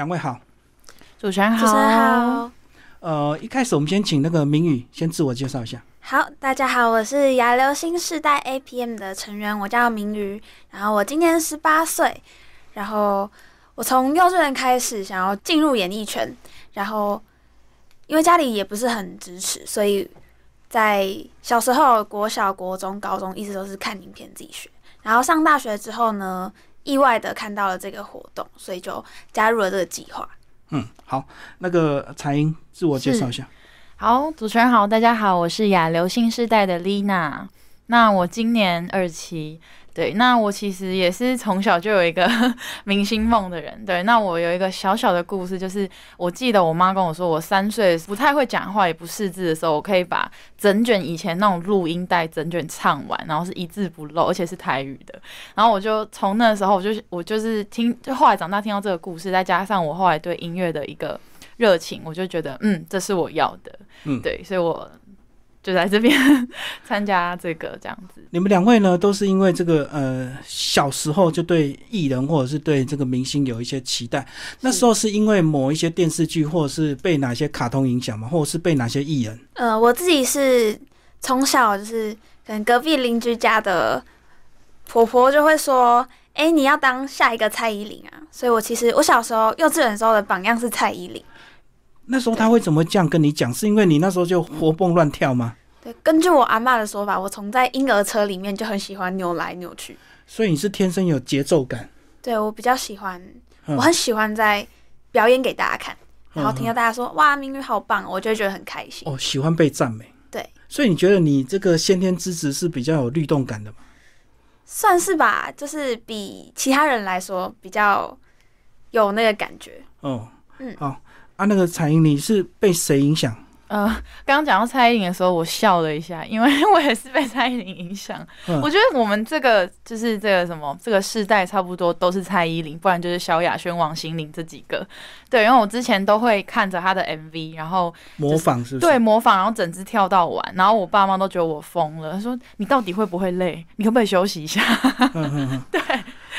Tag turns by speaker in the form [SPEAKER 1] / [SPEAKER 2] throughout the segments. [SPEAKER 1] 两位好，
[SPEAKER 2] 主持人
[SPEAKER 3] 主持人好，
[SPEAKER 1] 呃，一开始我们先请那个明宇先自我介绍一下。
[SPEAKER 3] 好，大家好，我是牙流新世代 APM 的成员，我叫明瑜，然后我今年十八岁，然后我从幼稚园开始想要进入演艺圈，然后因为家里也不是很支持，所以在小时候国小、国中、高中一直都是看影片自己学，然后上大学之后呢，意外的看到了这个活动，所以就加入了这个计划。
[SPEAKER 1] 嗯，好，那个彩英自我介绍一下。
[SPEAKER 2] 好，主持人好，大家好，我是亚流新世代的 Lina。那我今年二七，对，那我其实也是从小就有一个 明星梦的人，对。那我有一个小小的故事，就是我记得我妈跟我说，我三岁不太会讲话，也不识字的时候，我可以把整卷以前那种录音带整卷唱完，然后是一字不漏，而且是台语的。然后我就从那时候，我就我就是听，就后来长大听到这个故事，再加上我后来对音乐的一个热情，我就觉得嗯，这是我要的，
[SPEAKER 1] 嗯
[SPEAKER 2] 对，所以我就在这边 参加这个这样子。
[SPEAKER 1] 你们两位呢，都是因为这个呃，小时候就对艺人或者是对这个明星有一些期待。那时候是因为某一些电视剧，或者是被哪些卡通影响吗？或者是被哪些艺人？
[SPEAKER 3] 呃，我自己是从小就是可能隔壁邻居家的婆婆就会说：“哎、你要当下一个蔡依林啊！”所以我其实我小时候幼稚园的时候的榜样是蔡依林。
[SPEAKER 1] 那时候他会怎么这样跟你讲？是因为你那时候就活蹦乱跳吗？
[SPEAKER 3] 对，根据我阿嬷的说法，我从在婴儿车里面就很喜欢扭来扭去。
[SPEAKER 1] 所以你是天生有节奏感。
[SPEAKER 3] 对我比较喜欢，
[SPEAKER 1] 嗯
[SPEAKER 3] 我很喜欢在表演给大家看，然后听
[SPEAKER 1] 嗯
[SPEAKER 3] 到大家说“哇，明宇好棒”，我就会觉得很开心。
[SPEAKER 1] 哦，喜欢被赞美。
[SPEAKER 3] 对，
[SPEAKER 1] 所以你觉得你这个先天资质是比较有律动感的吗？
[SPEAKER 3] 算是吧，就是比其他人来说比较有那个感觉。
[SPEAKER 1] 哦，
[SPEAKER 3] 嗯
[SPEAKER 1] 好啊，那个彩英，你是被谁影响？
[SPEAKER 2] 呃，刚刚讲到蔡依林的时候，我笑了一下，因为 我也是被蔡依林影响。
[SPEAKER 1] 嗯
[SPEAKER 2] 我觉得我们这个就是这个什么这个世代差不多都是蔡依林，不然就是萧亚轩、王心凌这几个。对，因为我之前都会看着她的 MV，然后
[SPEAKER 1] 模仿是不是？
[SPEAKER 2] 对，模仿，然后整只跳到完，然后我爸妈都觉得我疯了，说你到底会不会累？你可不可以休息一下？
[SPEAKER 1] 嗯嗯嗯，对。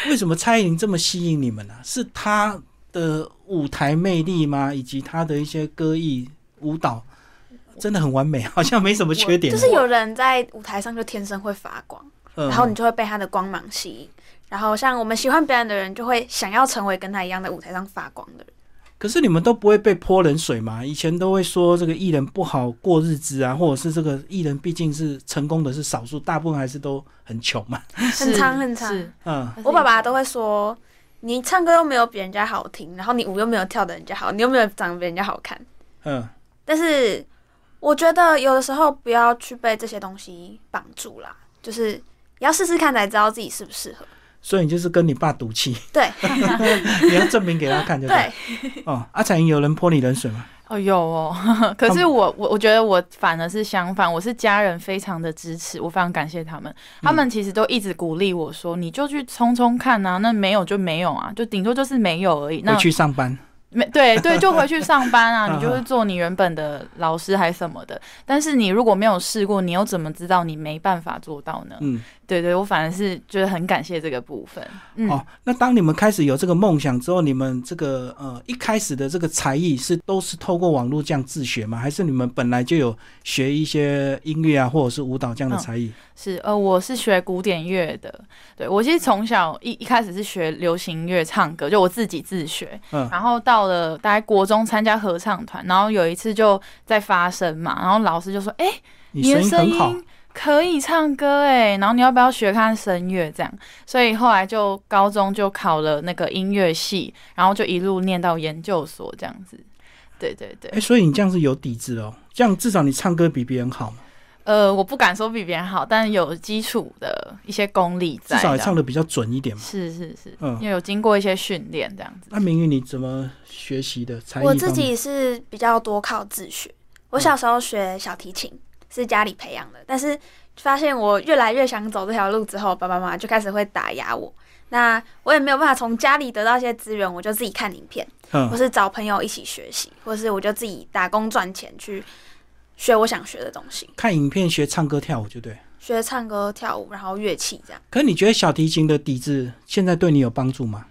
[SPEAKER 1] 为什么蔡依林这么吸引你们呢、是她的舞台魅力吗？以及她的一些歌艺、舞蹈，真的很完美，好像没什么缺点。啊
[SPEAKER 3] 就是，有人在舞台上就天生会发光，
[SPEAKER 1] 嗯、
[SPEAKER 3] 然后你就会被他的光芒吸引。然后像我们喜欢表演的人，就会想要成为跟他一样在舞台上发光的人。
[SPEAKER 1] 可是你们都不会被泼冷水嘛？以前都会说这个艺人不好过日子啊，或者是这个艺人毕竟是成功的是少数，大部分还是都很穷嘛。
[SPEAKER 2] 很
[SPEAKER 3] 长很长
[SPEAKER 1] 嗯，
[SPEAKER 3] 我爸爸都会说，你唱歌又没有比人家好听，然后你舞又没有跳的人家好，你又没有长得比人家好看。
[SPEAKER 1] 嗯，
[SPEAKER 3] 但是我觉得有的时候不要去被这些东西绑住啦，就是你要试试看才知道自己适不适合。
[SPEAKER 1] 所以你就是跟你爸赌气，
[SPEAKER 3] 对
[SPEAKER 1] 你要证明给他看就
[SPEAKER 3] 对，
[SPEAKER 1] 哦，阿彩英有人泼你冷水吗？
[SPEAKER 2] 哦，有哦， 可是我我我觉得我反而是相反，我是家人非常的支持，我非常感谢他们，
[SPEAKER 1] 嗯
[SPEAKER 2] 他们其实都一直鼓励我说，你就去冲冲看啊，那没有就没有啊，就顶多就是没有而已。那
[SPEAKER 1] 回去上班，
[SPEAKER 2] 没对对，就回去上班
[SPEAKER 1] 嗯
[SPEAKER 2] 啊，你就是做你原本的老师还什么的，但是你如果没有试过，你又怎么知道你没办法做到呢？
[SPEAKER 1] 嗯，
[SPEAKER 2] 对对，我反而是觉得很感谢这个部分。嗯，
[SPEAKER 1] 哦，那当你们开始有这个梦想之后，你们这个呃一开始的这个才艺是都是透过网络这样自学吗？还是你们本来就有学一些音乐啊，或者是舞蹈这样的才艺？
[SPEAKER 2] 是，呃，我是学古典乐的，对我其实从小一一开始是学流行乐唱歌，就我自己自学，
[SPEAKER 1] 嗯
[SPEAKER 2] 然后到了大概国中参加合唱团，然后有一次就在发声嘛，然后老师就说，哎、
[SPEAKER 1] 你
[SPEAKER 2] 的
[SPEAKER 1] 声音
[SPEAKER 2] 声
[SPEAKER 1] 很好，
[SPEAKER 2] 音可以唱歌哎、然后你要不要学看声乐这样？所以后来就高中就考了那个音乐系，然后就一路念到研究所这样子，对对对
[SPEAKER 1] 哎、。所以你这样是有底子哦，这样至少你唱歌比别人好嘛，
[SPEAKER 2] 呃，我不敢说比别人好，但有基础的一些功力
[SPEAKER 1] 至
[SPEAKER 2] 在。
[SPEAKER 1] 少也
[SPEAKER 2] 这样
[SPEAKER 1] 唱的比较准一点嘛。
[SPEAKER 2] 是是是，
[SPEAKER 1] 嗯
[SPEAKER 2] 因为有经过一些训练这样子。
[SPEAKER 1] 那明玉你怎么学习的才艺
[SPEAKER 3] 我
[SPEAKER 1] 方面？嗯
[SPEAKER 3] 自己是比较多靠自学。我小时候学小提琴是家里培养的，但是发现我越来越想走这条路之后，爸爸妈妈就开始会打压我。那我也没有办法从家里得到一些资源，我就自己看影片，
[SPEAKER 1] 嗯
[SPEAKER 3] 或是找朋友一起学习，或是我就自己打工赚钱去学我想学的东西，
[SPEAKER 1] 看影片学唱歌跳舞就对。
[SPEAKER 3] 学唱歌、跳舞，然后乐器这样。
[SPEAKER 1] 可你觉得小提琴的底子现在对你有帮助吗？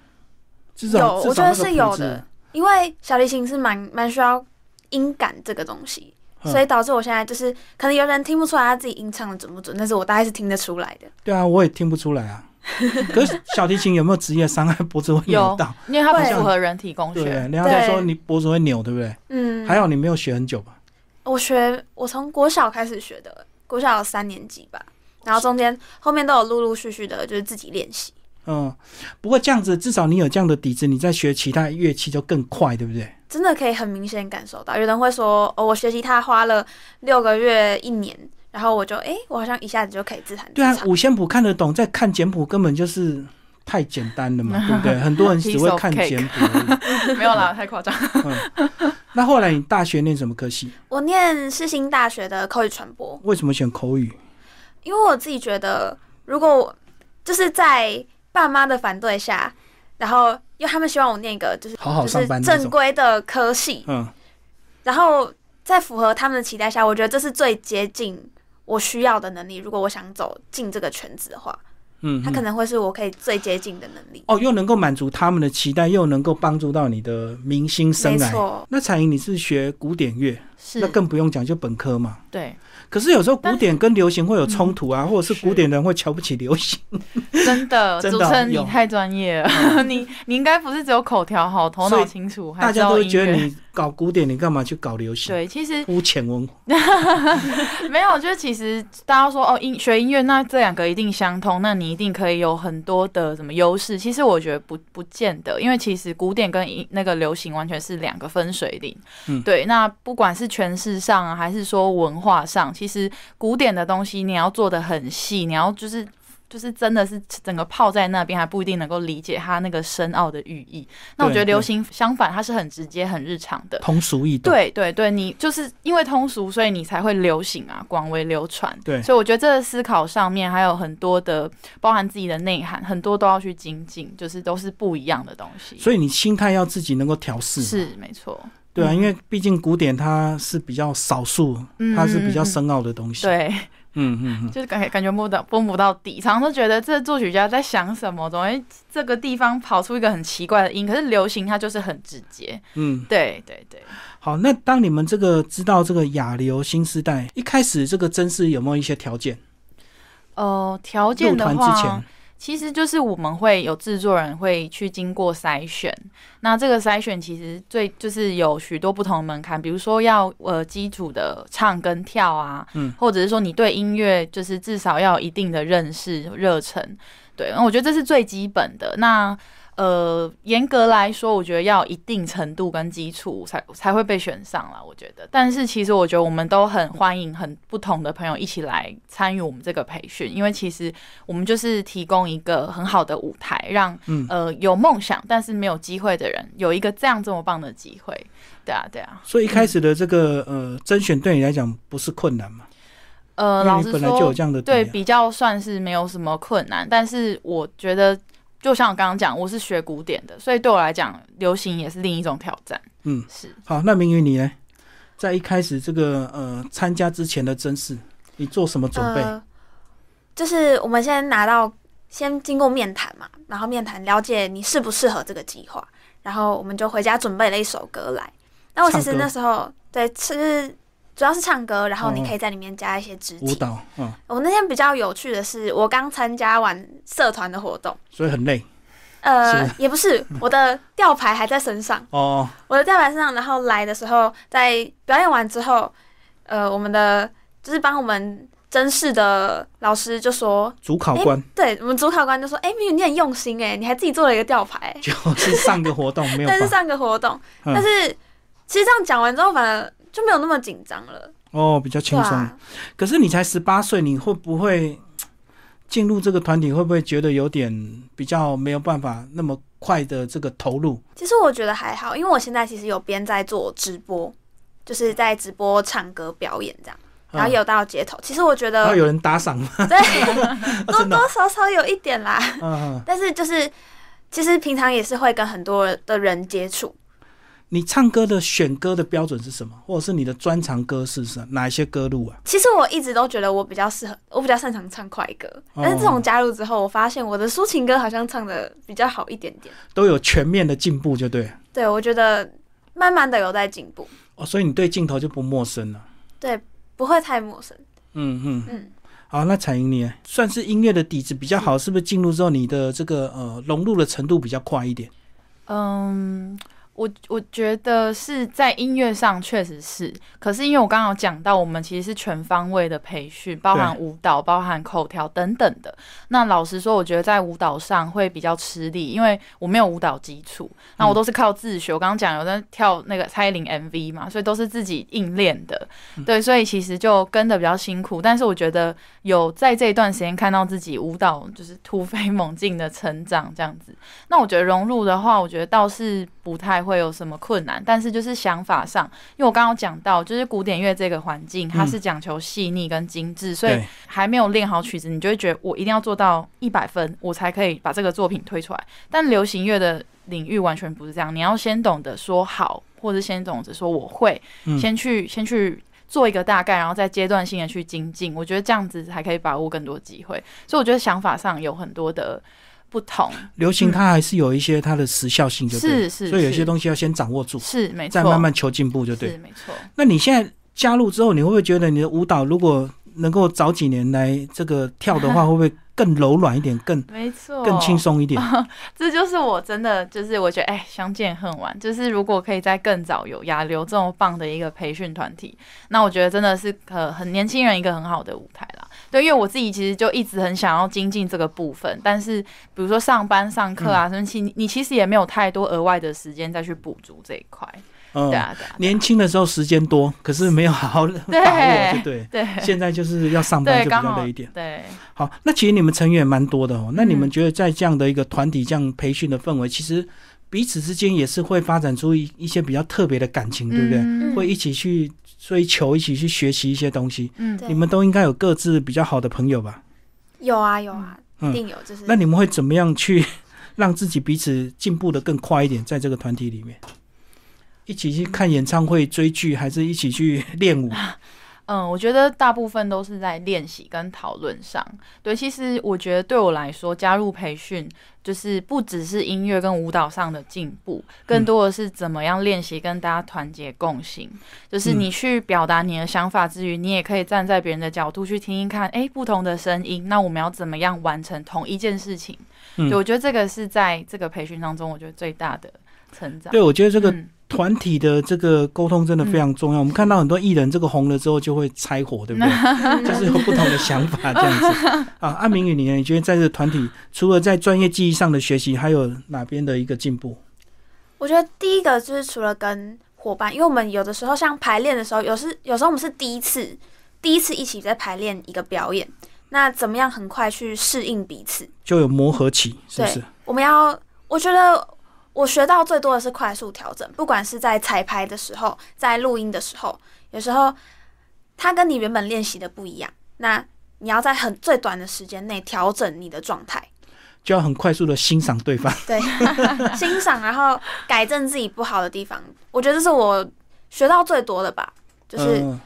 [SPEAKER 1] 至少
[SPEAKER 3] 有，我
[SPEAKER 1] 至
[SPEAKER 3] 觉
[SPEAKER 1] 少那个
[SPEAKER 3] 得是
[SPEAKER 1] 谱
[SPEAKER 3] 有
[SPEAKER 1] 子
[SPEAKER 3] 的，因为小提琴是蛮蛮需要音感这个东西，
[SPEAKER 1] 嗯
[SPEAKER 3] 所以导致我现在就是可能有人听不出来他自己音唱的准不准，但是我大概是听得出来的。
[SPEAKER 1] 对啊，我也听不出来 啊。可是小提琴有没有职业伤害？ 脖子会扭
[SPEAKER 2] 有
[SPEAKER 1] 到，
[SPEAKER 2] 因为它不
[SPEAKER 3] 会
[SPEAKER 2] 符合人体工
[SPEAKER 1] 对不对？
[SPEAKER 2] 学。
[SPEAKER 1] 人家在说
[SPEAKER 3] 对
[SPEAKER 1] 你脖子会扭，对不对？
[SPEAKER 3] 嗯，
[SPEAKER 1] 还好你没有学很久吧？
[SPEAKER 3] 我学我从国小开始学的，国小三年级吧，然后中间后面都有陆陆续续的，就是自己练习。
[SPEAKER 1] 嗯，不过这样子至少你有这样的底子，你在学其他乐器就更快，对不对？
[SPEAKER 3] 真的可以很明显感受到，有人会说，哦，我学吉他花了六个月、一年，然后我就，诶，我好像一下子就可以自弹自
[SPEAKER 1] 对啊，
[SPEAKER 3] 唱。
[SPEAKER 1] 五线谱看得懂，再看简谱根本就是太简单了 嘛，对不对？很多人只会看
[SPEAKER 2] Piece of
[SPEAKER 1] 简谱而已。
[SPEAKER 2] 没有啦，太夸张。
[SPEAKER 1] 那后来你大学念什么科系？
[SPEAKER 3] 我念世新大学的口语传播，
[SPEAKER 1] 为什么选口语？
[SPEAKER 3] 因为我自己觉得，如果我就是在爸妈的反对下，然后因为他们希望我念一个就是
[SPEAKER 1] 好好
[SPEAKER 3] 就是
[SPEAKER 1] 上班那
[SPEAKER 3] 正
[SPEAKER 1] 种。
[SPEAKER 3] 规的科系，
[SPEAKER 1] 嗯，
[SPEAKER 3] 然后在符合他们的期待下，我觉得这是最接近我需要的能力。如果我想走进这个圈子的话，
[SPEAKER 1] 嗯，
[SPEAKER 3] 它可
[SPEAKER 1] 嗯
[SPEAKER 3] 能会是我可以最接近的能力。
[SPEAKER 1] 哦，又能够满足他们的期待，又能够帮助到你的明星生
[SPEAKER 3] 没
[SPEAKER 1] 涯。
[SPEAKER 3] 错，
[SPEAKER 1] 那彩莹，你是学古典乐，
[SPEAKER 2] 是
[SPEAKER 1] 那，更不用讲，就本科嘛。
[SPEAKER 2] 对，
[SPEAKER 1] 可是有时候古典跟流行会有冲突啊，或者是古典人会瞧不起流行。
[SPEAKER 2] 真 的，
[SPEAKER 1] 真
[SPEAKER 2] 主
[SPEAKER 1] 的哦
[SPEAKER 2] 持人你
[SPEAKER 1] 有
[SPEAKER 2] 太专业了， 你你应该不是只有口条好，头
[SPEAKER 1] 所
[SPEAKER 2] 脑
[SPEAKER 1] 以
[SPEAKER 2] 清楚，还
[SPEAKER 1] 大
[SPEAKER 2] 知
[SPEAKER 1] 家
[SPEAKER 2] 道
[SPEAKER 1] 都会
[SPEAKER 2] 音
[SPEAKER 1] 觉得
[SPEAKER 2] 乐
[SPEAKER 1] 你搞古典，你干嘛去搞流行？
[SPEAKER 2] 对，其实
[SPEAKER 1] 肤浅文化。
[SPEAKER 2] 没有，就是其实大家说哦，音学音乐，那这两个一定相通，那你一定可以有很多的什么优势。其实我觉得不不见得，因为其实古典跟音那个流行完全是两个分水岭。
[SPEAKER 1] 嗯
[SPEAKER 2] 对，那不管是诠释上、啊、还是说文化上，其实古典的东西你要做的很细，你要就是。就是真的是整个泡在那边，还不一定能够理解它那个深奥的寓意。那我
[SPEAKER 1] 对
[SPEAKER 2] 觉得流
[SPEAKER 1] 对
[SPEAKER 2] 行相反，它是很直接、很日常的。
[SPEAKER 1] 通俗易懂。
[SPEAKER 2] 对对对，你就是因为通俗，所以你才会流行啊，广为流传。
[SPEAKER 1] 对
[SPEAKER 2] 所以我觉得这个思考上面还有很多的，包含自己的内涵，很多都要去精进，就是都是不一样的东西。
[SPEAKER 1] 所以你心态要自己能够调试，
[SPEAKER 2] 是没错，
[SPEAKER 1] 对啊，
[SPEAKER 2] 嗯
[SPEAKER 1] 因为毕竟古典它是比较少数，
[SPEAKER 2] 嗯
[SPEAKER 1] 它是比
[SPEAKER 2] 嗯
[SPEAKER 1] 较
[SPEAKER 2] 嗯
[SPEAKER 1] 深奥的东西。
[SPEAKER 2] 对，
[SPEAKER 1] 嗯嗯嗯，
[SPEAKER 2] 就是感感觉摸不到摸不到底，常常都觉得这作曲家在想什么，总会这个地方跑出一个很奇怪的音。可是流行它就是很直接，
[SPEAKER 1] 嗯，
[SPEAKER 2] 对对对，
[SPEAKER 1] 好，那当你们这个知道这个亚流新时代一开始这个真是有没有一些条件？
[SPEAKER 2] 呃，条
[SPEAKER 1] 入
[SPEAKER 2] 件的
[SPEAKER 1] 团
[SPEAKER 2] 话，
[SPEAKER 1] 之前，
[SPEAKER 2] 其实就是我们会有制作人会去经过筛选，那这个筛选其实最就是有许多不同的门槛，比如说要呃基础的唱跟跳啊，
[SPEAKER 1] 嗯
[SPEAKER 2] 或者是说你对音乐就是至少要有一定的认识热忱，对，那我觉得这是最基本的。那呃，严格来说，我觉得要有一定程度跟基础才才会被选上啦。我觉得，但是其实我觉得我们都很欢迎很不同的朋友一起来参与我们这个培训，因为其实我们就是提供一个很好的舞台，让、
[SPEAKER 1] 嗯
[SPEAKER 2] 呃有梦想但是没有机会的人有一个这样这么棒的机会。对啊，对啊，
[SPEAKER 1] 所以一开始的这个呃甄选对你来讲不是困难嘛？
[SPEAKER 2] 嗯呃，
[SPEAKER 1] 因为
[SPEAKER 2] 老
[SPEAKER 1] 你
[SPEAKER 2] 实
[SPEAKER 1] 本来就有
[SPEAKER 2] 说，
[SPEAKER 1] 这样的底啊
[SPEAKER 2] 对比较算是没有什么困难，但是我觉得就像我刚刚讲，我是学古典的，所以对我来讲，流行也是另一种挑战。
[SPEAKER 1] 嗯，
[SPEAKER 2] 是。
[SPEAKER 1] 好，那明宇你呢？在一开始这个呃参加之前的甄试，你做什么准备？
[SPEAKER 3] 呃，就是我们先拿到，先经过面谈嘛，然后面谈了解你适不适合这个计划，然后我们就回家准备了一首歌来。那我其实
[SPEAKER 1] 唱歌
[SPEAKER 3] 那时候对，是主要是唱歌，然后
[SPEAKER 1] 哦
[SPEAKER 3] 你
[SPEAKER 1] 哦
[SPEAKER 3] 可以在里面加一些肢
[SPEAKER 1] 舞
[SPEAKER 3] 体。
[SPEAKER 1] 蹈，嗯，
[SPEAKER 3] 我那天比较有趣的是，我刚参加完社团的活动，
[SPEAKER 1] 所以很累
[SPEAKER 3] 呃
[SPEAKER 1] 是，
[SPEAKER 3] 也不 是，我的吊牌还在身上。
[SPEAKER 1] 哦。
[SPEAKER 3] 我的吊牌上，然后来的时候，在表演完之后，呃，我们的就是帮我们甄试的老师就说，
[SPEAKER 1] 主考官
[SPEAKER 3] 对我们主考官就说，哎、明宇你很用心哎、你还自己做了一个吊牌、
[SPEAKER 1] 就是上个活动没 有
[SPEAKER 3] 但是
[SPEAKER 1] 吧？
[SPEAKER 3] 上个活动，
[SPEAKER 1] 嗯
[SPEAKER 3] 但是其实这样讲完之后，反而就没有那么紧张了，
[SPEAKER 1] 哦，比较轻
[SPEAKER 3] 对
[SPEAKER 1] 松。
[SPEAKER 3] 啊，
[SPEAKER 1] 可是你才十八岁，你会不会进入这个团体？会不会觉得有点比较没有办法那么快的这个投入？
[SPEAKER 3] 其实我觉得还好，因为我现在其实有边在做直播，就是在直播唱歌表演这样，然后
[SPEAKER 1] 嗯
[SPEAKER 3] 也有到街头。其实我觉
[SPEAKER 1] 然后
[SPEAKER 3] 得
[SPEAKER 1] 有人打 赏吗？
[SPEAKER 3] 对多
[SPEAKER 1] 真的哦
[SPEAKER 3] 多少少有一点啦，
[SPEAKER 1] 嗯，嗯
[SPEAKER 3] 但是就是其实平常也是会跟很多的人接触，
[SPEAKER 1] 你唱歌的选歌的标准是什么，或者是你的专长歌是什哪一些歌路啊？
[SPEAKER 3] 其实我一直都觉得我比较适合，我比较擅长唱快歌，
[SPEAKER 1] 哦
[SPEAKER 3] 但是自从加入之后，我发现我的抒情歌好像唱的比较好一点点。
[SPEAKER 1] 都有全面的进步，就对了
[SPEAKER 3] 对，我觉得慢慢的有在进步，
[SPEAKER 1] 哦，所以你对镜头就不陌生了。
[SPEAKER 3] 对，不会太陌生。
[SPEAKER 1] 嗯嗯
[SPEAKER 3] 嗯，
[SPEAKER 1] 好，那彩莹你呢算是音乐的底子比较好，是不是进入之后你的这个呃融入的程度比较快一点？
[SPEAKER 2] 嗯，我我觉得是在音乐上确实是，可是因为我刚刚有讲到，我们其实是全方位的培训，包含舞蹈、包含口条等等的。那老实说，我觉得在舞蹈上会比较吃力，因为我没有舞蹈基础，那我都是靠自学。我刚刚讲有在跳那个蔡依林 MV 嘛，所以都是自己硬练的，对，所以其实就跟的比较辛苦。但是我觉得有在这一段时间看到自己舞蹈就是突飞猛进的成长，这样子。那我觉得融入的话，我觉得倒是不太会有什么困难，但是就是想法上，因为我刚刚有讲到，就是古典乐这个环境，它
[SPEAKER 1] 嗯
[SPEAKER 2] 是讲求细腻跟精致，所以
[SPEAKER 1] 对，
[SPEAKER 2] 还没有练好曲子，你就会觉得我一定要做到一百分，我才可以把这个作品推出来。但流行乐的领域完全不是这样，你要先懂得说好，或者先懂得说我会，
[SPEAKER 1] 嗯
[SPEAKER 2] 先去先去做一个大概，然后再阶段性的去精进。我觉得这样子才可以把握更多机会。所以我觉得想法上有很多的不同，
[SPEAKER 1] 流
[SPEAKER 3] 嗯
[SPEAKER 1] 行它还是有一些它的时效性，就对了，
[SPEAKER 2] 是是
[SPEAKER 1] 所以有些
[SPEAKER 2] 是
[SPEAKER 1] 东西要先掌握住，
[SPEAKER 2] 是没错，
[SPEAKER 1] 再慢慢求进步，就对了
[SPEAKER 2] 是。没错。
[SPEAKER 1] 那你现在加入之后，你会不会觉得你的舞蹈如果能够早几年来这个跳 的话，会不会更柔软一点，更
[SPEAKER 2] 没错，
[SPEAKER 1] 更轻松一 点？
[SPEAKER 2] 这就是我真的就是我觉得哎，相见恨晚。就是如果可以在更早有亚流这么棒的一个培训团体，那我觉得真的是呃很年轻人一个很好的舞台啦。对，因为我自己其实就一直很想要精进这个部分，但是比如说上班上课
[SPEAKER 1] 嗯
[SPEAKER 2] 啊，甚至其你其实也没有太多额外的时间再去补足这一块。
[SPEAKER 1] 嗯
[SPEAKER 2] 对，啊，对啊，
[SPEAKER 1] 年轻的时候时间多，可是没有好 好的
[SPEAKER 2] 对
[SPEAKER 1] 把握，就 对。
[SPEAKER 2] 对
[SPEAKER 1] 现在就是要上班就
[SPEAKER 2] 对，
[SPEAKER 1] 比
[SPEAKER 2] 刚
[SPEAKER 1] 较
[SPEAKER 2] 好
[SPEAKER 1] 累一点。
[SPEAKER 2] 对。
[SPEAKER 1] 好，那其实你们成员也蛮多的哦。那你们
[SPEAKER 2] 嗯
[SPEAKER 1] 觉得在这样的一个团体这样培训的氛围，其实彼此之间也是会发展出一一些比较特别的感情，对不对？
[SPEAKER 2] 嗯
[SPEAKER 1] 会一起去追求，一起去学习一些东西。
[SPEAKER 2] 嗯，
[SPEAKER 3] 对
[SPEAKER 1] 你们都应该有各自比较好的朋友吧？
[SPEAKER 3] 有啊有啊，
[SPEAKER 1] 嗯
[SPEAKER 3] 一定有，就是
[SPEAKER 1] 那你们会怎么样去 让自己彼此进步的更快一点，在这个团体里面？一起去看演唱会、追剧，还是一起去练舞？
[SPEAKER 2] 嗯，我觉得大部分都是在练习跟讨论上。对，其实我觉得对我来说，加入培训就是不只是音乐跟舞蹈上的进步，
[SPEAKER 1] 嗯
[SPEAKER 2] 更多的是怎么样练习跟大家团结共行。就是
[SPEAKER 1] 嗯
[SPEAKER 2] 你去表达你的想法之余，你也可以站在别人的角度去听听看，哎，不同的声音，那我们要怎么样完成同一件事情？
[SPEAKER 1] 嗯
[SPEAKER 2] 对，我觉得这个是在这个培训当中，我觉得最大的成长。
[SPEAKER 1] 对，我觉得这个
[SPEAKER 2] 嗯
[SPEAKER 1] 团体的这个沟通真的非常重要。我们看到很多艺人这个红了之后就会拆伙，对不
[SPEAKER 2] 嗯
[SPEAKER 1] 对？就是有不同的想法这样 子啊。阿明与你呢？你觉得在这个团体，除了在专业技艺上的学习，还有哪边的一个进步？
[SPEAKER 3] 我觉得第一个就是除了跟伙伴，因为我们有的时候像排练的时候，有时有时候我们是第一次，第一次一起在排练一个表演，那怎么样很快去适应彼此？
[SPEAKER 1] 就有磨合期，是不是
[SPEAKER 3] 对？我们要，我觉得我学到最多的是快速调整，不管是在彩排的时候，在录音的时候，有时候它跟你原本练习的不一样，那你要在很最短的时间内调整你的状态。
[SPEAKER 1] 就要很快速的欣赏对方。
[SPEAKER 3] 对， 欣赏，然后改正自己不好的地方，我觉得这是我学到最多的吧。就是、
[SPEAKER 1] 嗯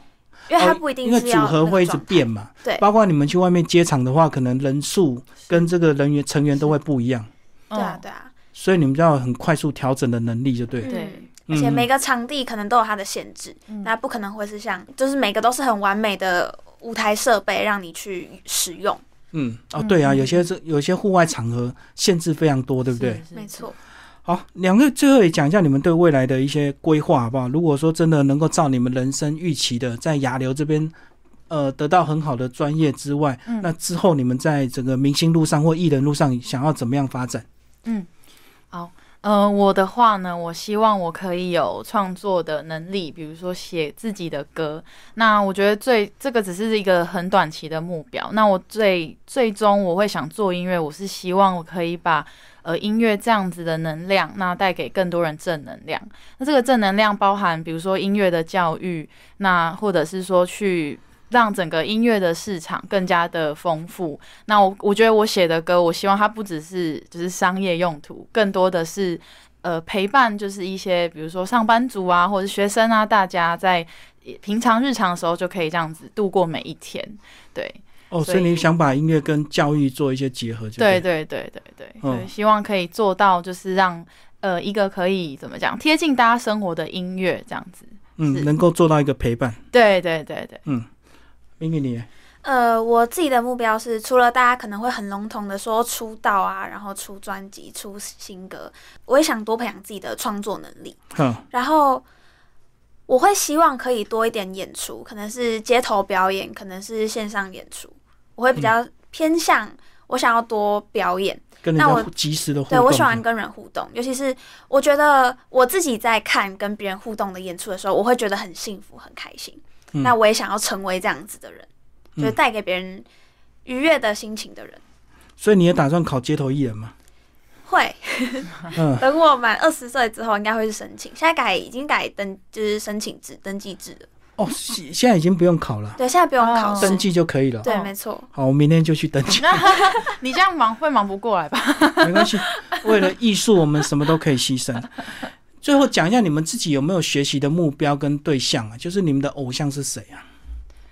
[SPEAKER 3] 因为它
[SPEAKER 1] 哦
[SPEAKER 3] 不一定
[SPEAKER 1] 因为
[SPEAKER 3] 是
[SPEAKER 1] 组
[SPEAKER 3] 要
[SPEAKER 1] 合
[SPEAKER 3] 那个
[SPEAKER 1] 会一直
[SPEAKER 3] 状态
[SPEAKER 1] 变嘛，
[SPEAKER 3] 对
[SPEAKER 1] 包括你们去外面接场的话，可能人数跟这个人员成员都会不一样，
[SPEAKER 3] 对啊
[SPEAKER 1] 哦
[SPEAKER 2] 嗯，
[SPEAKER 3] 对啊，
[SPEAKER 1] 所以你们要有很快速调整的能力，就对了。
[SPEAKER 2] 对
[SPEAKER 3] 嗯而且
[SPEAKER 1] 嗯
[SPEAKER 3] 每个场地可能都有它的限制，
[SPEAKER 2] 嗯
[SPEAKER 3] 那不可能会是像就是每个都是很完美的舞台设备让你去使用，
[SPEAKER 1] 嗯，哦，
[SPEAKER 2] 嗯
[SPEAKER 1] 对啊，
[SPEAKER 2] 嗯
[SPEAKER 1] 有些这有些户外场合限制非常多，对不对？
[SPEAKER 2] 是？是
[SPEAKER 3] 没错。
[SPEAKER 1] 好，两位最后也讲一下你们对未来的一些规划，好不好？如果说真的能够照你们人生预期的，在牙流这边。呃，得到很好的专业之外，
[SPEAKER 2] 嗯
[SPEAKER 1] 那之后你们在整个明星路上或艺人路上想要怎么样发展？
[SPEAKER 2] 呃，我的话呢，我希望我可以有创作的能力，比如说写自己的歌。那我觉得最这个只是一个很短期的目标。那我最最终我会想做音乐，我是希望我可以把呃音乐这样子的能量，那带给更多人正能量。那这个正能量包含比如说音乐的教育，那或者是说去。让整个音乐的市场更加的丰富，那我我觉得我写的歌，我希望它不只是就是商业用途，更多的是呃陪伴，就是一些比如说上班族啊，或者是学生啊，大家在呃平常日常的时候就可以这样子度过每一天。对，
[SPEAKER 1] 哦，
[SPEAKER 2] 所
[SPEAKER 1] 所以你
[SPEAKER 2] 以
[SPEAKER 1] 想把音乐跟教育做一些结合就
[SPEAKER 2] 对，
[SPEAKER 1] 对
[SPEAKER 2] 对，对，对，对，
[SPEAKER 1] 嗯
[SPEAKER 2] 对，希望可以做到，就是让呃一个可以怎么讲贴近大家生活的音乐这样子。是
[SPEAKER 1] 嗯，能够做到一个陪伴。
[SPEAKER 2] 对，对，对， 对，
[SPEAKER 1] 明明你
[SPEAKER 3] 呃，我自己的目标是，除了大家可能会很笼统的说出道啊，然后出专辑、出新歌，我也想多培养自己的创作能力。
[SPEAKER 1] 哼，
[SPEAKER 3] 然后我会希望可以多一点演出，可能是街头表演，可能是线上演出，
[SPEAKER 1] 嗯
[SPEAKER 3] 我会比较偏向我想要多表演。
[SPEAKER 1] 跟人
[SPEAKER 3] 那我
[SPEAKER 1] 家及时的互
[SPEAKER 3] 对
[SPEAKER 1] 动。嗯
[SPEAKER 3] 我喜欢跟人互动，尤其是我觉得我自己在看跟别人互动的演出的时候，我会觉得很幸福、很开心。
[SPEAKER 1] 嗯
[SPEAKER 3] 那我也想要成为这样子的人，就是带给别人愉悦的心情的人。
[SPEAKER 1] 所以你也打算考街头艺人嘛？
[SPEAKER 3] 会
[SPEAKER 1] 嗯，
[SPEAKER 3] 等我满二十岁之后，应该会去申请。现在改已经改登，就是申请制、登记制了。
[SPEAKER 1] 哦，现现在已经不用考了，
[SPEAKER 3] 对，现在不用考
[SPEAKER 2] 哦
[SPEAKER 3] 试。
[SPEAKER 1] 登记就可以了。
[SPEAKER 3] 对，
[SPEAKER 2] 哦
[SPEAKER 3] 没错。
[SPEAKER 1] 好，我明天就去登记，
[SPEAKER 2] 你这样忙会忙不过来吧？
[SPEAKER 1] 没关系。为了艺术，我们什么都可以牺牲。最后讲一下你们自己有没有学习的目标跟对象啊？就是你们的偶像是谁啊？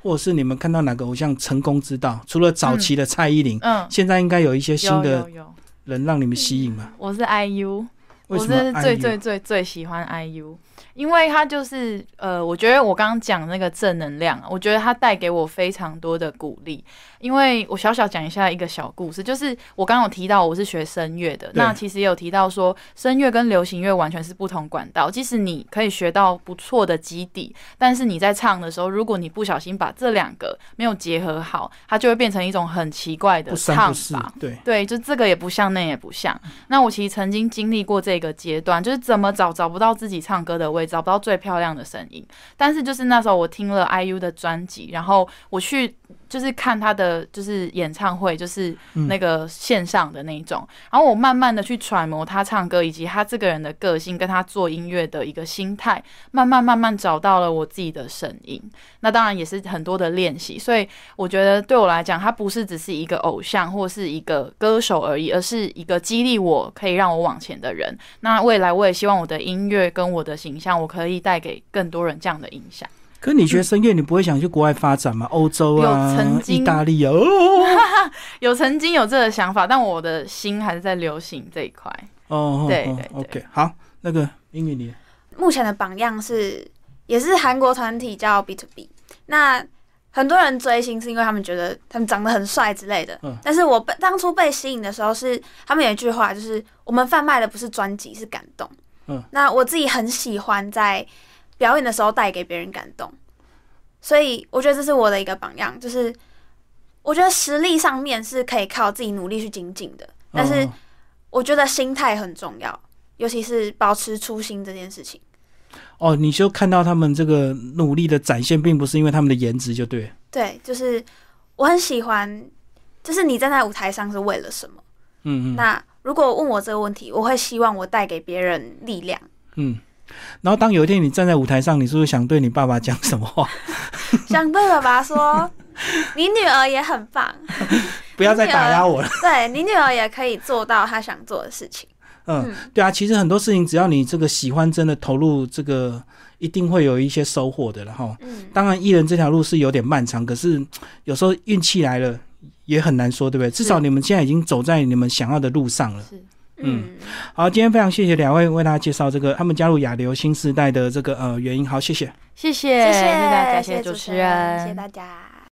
[SPEAKER 1] 或者是你们看到哪个偶像成功之道？除了早期的蔡依林，
[SPEAKER 2] 嗯，
[SPEAKER 1] 现在应该有一些新
[SPEAKER 2] 有有
[SPEAKER 1] 的
[SPEAKER 2] 有，
[SPEAKER 1] 人让你们吸引吧？
[SPEAKER 2] 我是 IU。
[SPEAKER 1] 为
[SPEAKER 2] 我
[SPEAKER 1] 什
[SPEAKER 2] 真
[SPEAKER 1] 么
[SPEAKER 2] 的是最
[SPEAKER 1] IU
[SPEAKER 2] 最最最喜欢 IU，因为他就是呃，我觉得我刚刚讲那个正能量啊，我觉得他带给我非常多的鼓励。因为我小小讲一下一个小故事，就是我刚刚有提到我是学声乐的，
[SPEAKER 1] 对
[SPEAKER 2] 那其实也有提到说声乐跟流行乐完全是不同管道，即使你可以学到不错的基底，但是你在唱的时候，如果你不小心把这两个没有结合好，它就会变成一种很奇怪的
[SPEAKER 1] 不三
[SPEAKER 2] 唱
[SPEAKER 1] 不四
[SPEAKER 2] 法。，
[SPEAKER 1] 对，
[SPEAKER 2] 对，就这个也不像，那也不像。那我其实曾经经历过这个阶段，就是怎么找找不到自己唱歌的位置，找不到最漂亮的声音。但是就是那时候我听了 IU 的专辑，然后我去就是看他的就是演唱会，就是
[SPEAKER 1] 嗯
[SPEAKER 2] 那个线上的那一种。然后我慢慢的去揣摩他唱歌，以及他这个人的个性，跟他做音乐的一个心态，慢慢慢慢找到了我自己的声音。那当然也是很多的练习，所以我觉得对我来讲，他不是只是一个偶像或是一个歌手而已，而是一个激励我可以让我往前的人。那未来我也希望我的音乐跟我的形象，我可以带给更多人这样的影响。
[SPEAKER 1] 可你学声乐，你不会想去国外发展吗？欧洲啊
[SPEAKER 2] 有曾，
[SPEAKER 1] 意
[SPEAKER 2] 经
[SPEAKER 1] 大利啊，哦
[SPEAKER 2] 有曾经有这个想法，但我的心还是在流行这一块。
[SPEAKER 1] 哦，
[SPEAKER 2] 对
[SPEAKER 1] 哦
[SPEAKER 2] 对对
[SPEAKER 1] o k 好，那个英语你
[SPEAKER 3] 目前的榜样是也是韩国团体叫 B to B。那很多人追星是因为他们觉得他们长得很帅之类的，
[SPEAKER 1] 嗯
[SPEAKER 3] 但是我被当初被吸引的时候是他们有一句话，就是我们贩卖的不是专辑，是感动。
[SPEAKER 1] 嗯，
[SPEAKER 3] 那我自己很喜欢在表演的时候带给别人感动，所以我觉得这是我的一个榜样，就是我觉得实力上面是可以靠自己努力去精进的，但是
[SPEAKER 1] 哦
[SPEAKER 3] 我觉得心态很重要，尤其是保持初心这件事情。
[SPEAKER 1] 哦，你就看到他们这个努力的展现，并不是因为他们的颜值就对了，
[SPEAKER 3] 对，就是我很喜欢，就是你站在舞台上是为了什么？
[SPEAKER 1] 嗯嗯
[SPEAKER 3] 那如果问我这个问题，我会希望我带给别人力量。
[SPEAKER 1] 嗯。然后当有一天你站在舞台上，你是不是想对你爸爸讲什么 话？
[SPEAKER 3] 想对爸爸说， 你女儿也很棒，
[SPEAKER 1] 不要再打压我了。
[SPEAKER 3] 对你女儿也可以做到她想做的事情。
[SPEAKER 1] 嗯，对啊，其实很多事情只要你这个喜欢，真的投入这个，一定会有一些收获的了哈。
[SPEAKER 3] 嗯，
[SPEAKER 1] 当然，艺人这条路是有点漫长，可是有时候运气来了也很难说，对不对？至少你们现在已经走在你们想要的路上了。
[SPEAKER 2] 是，
[SPEAKER 1] 嗯，好，今天非常谢谢两位为大家介绍这个他们加入亚流新时代的这个呃原因，好，谢谢。
[SPEAKER 2] 谢谢，
[SPEAKER 3] 嗯谢
[SPEAKER 2] 谢谢大家，
[SPEAKER 3] 谢
[SPEAKER 2] 谢
[SPEAKER 3] 谢
[SPEAKER 2] 主
[SPEAKER 3] 主
[SPEAKER 2] 持人，
[SPEAKER 3] 谢谢大家。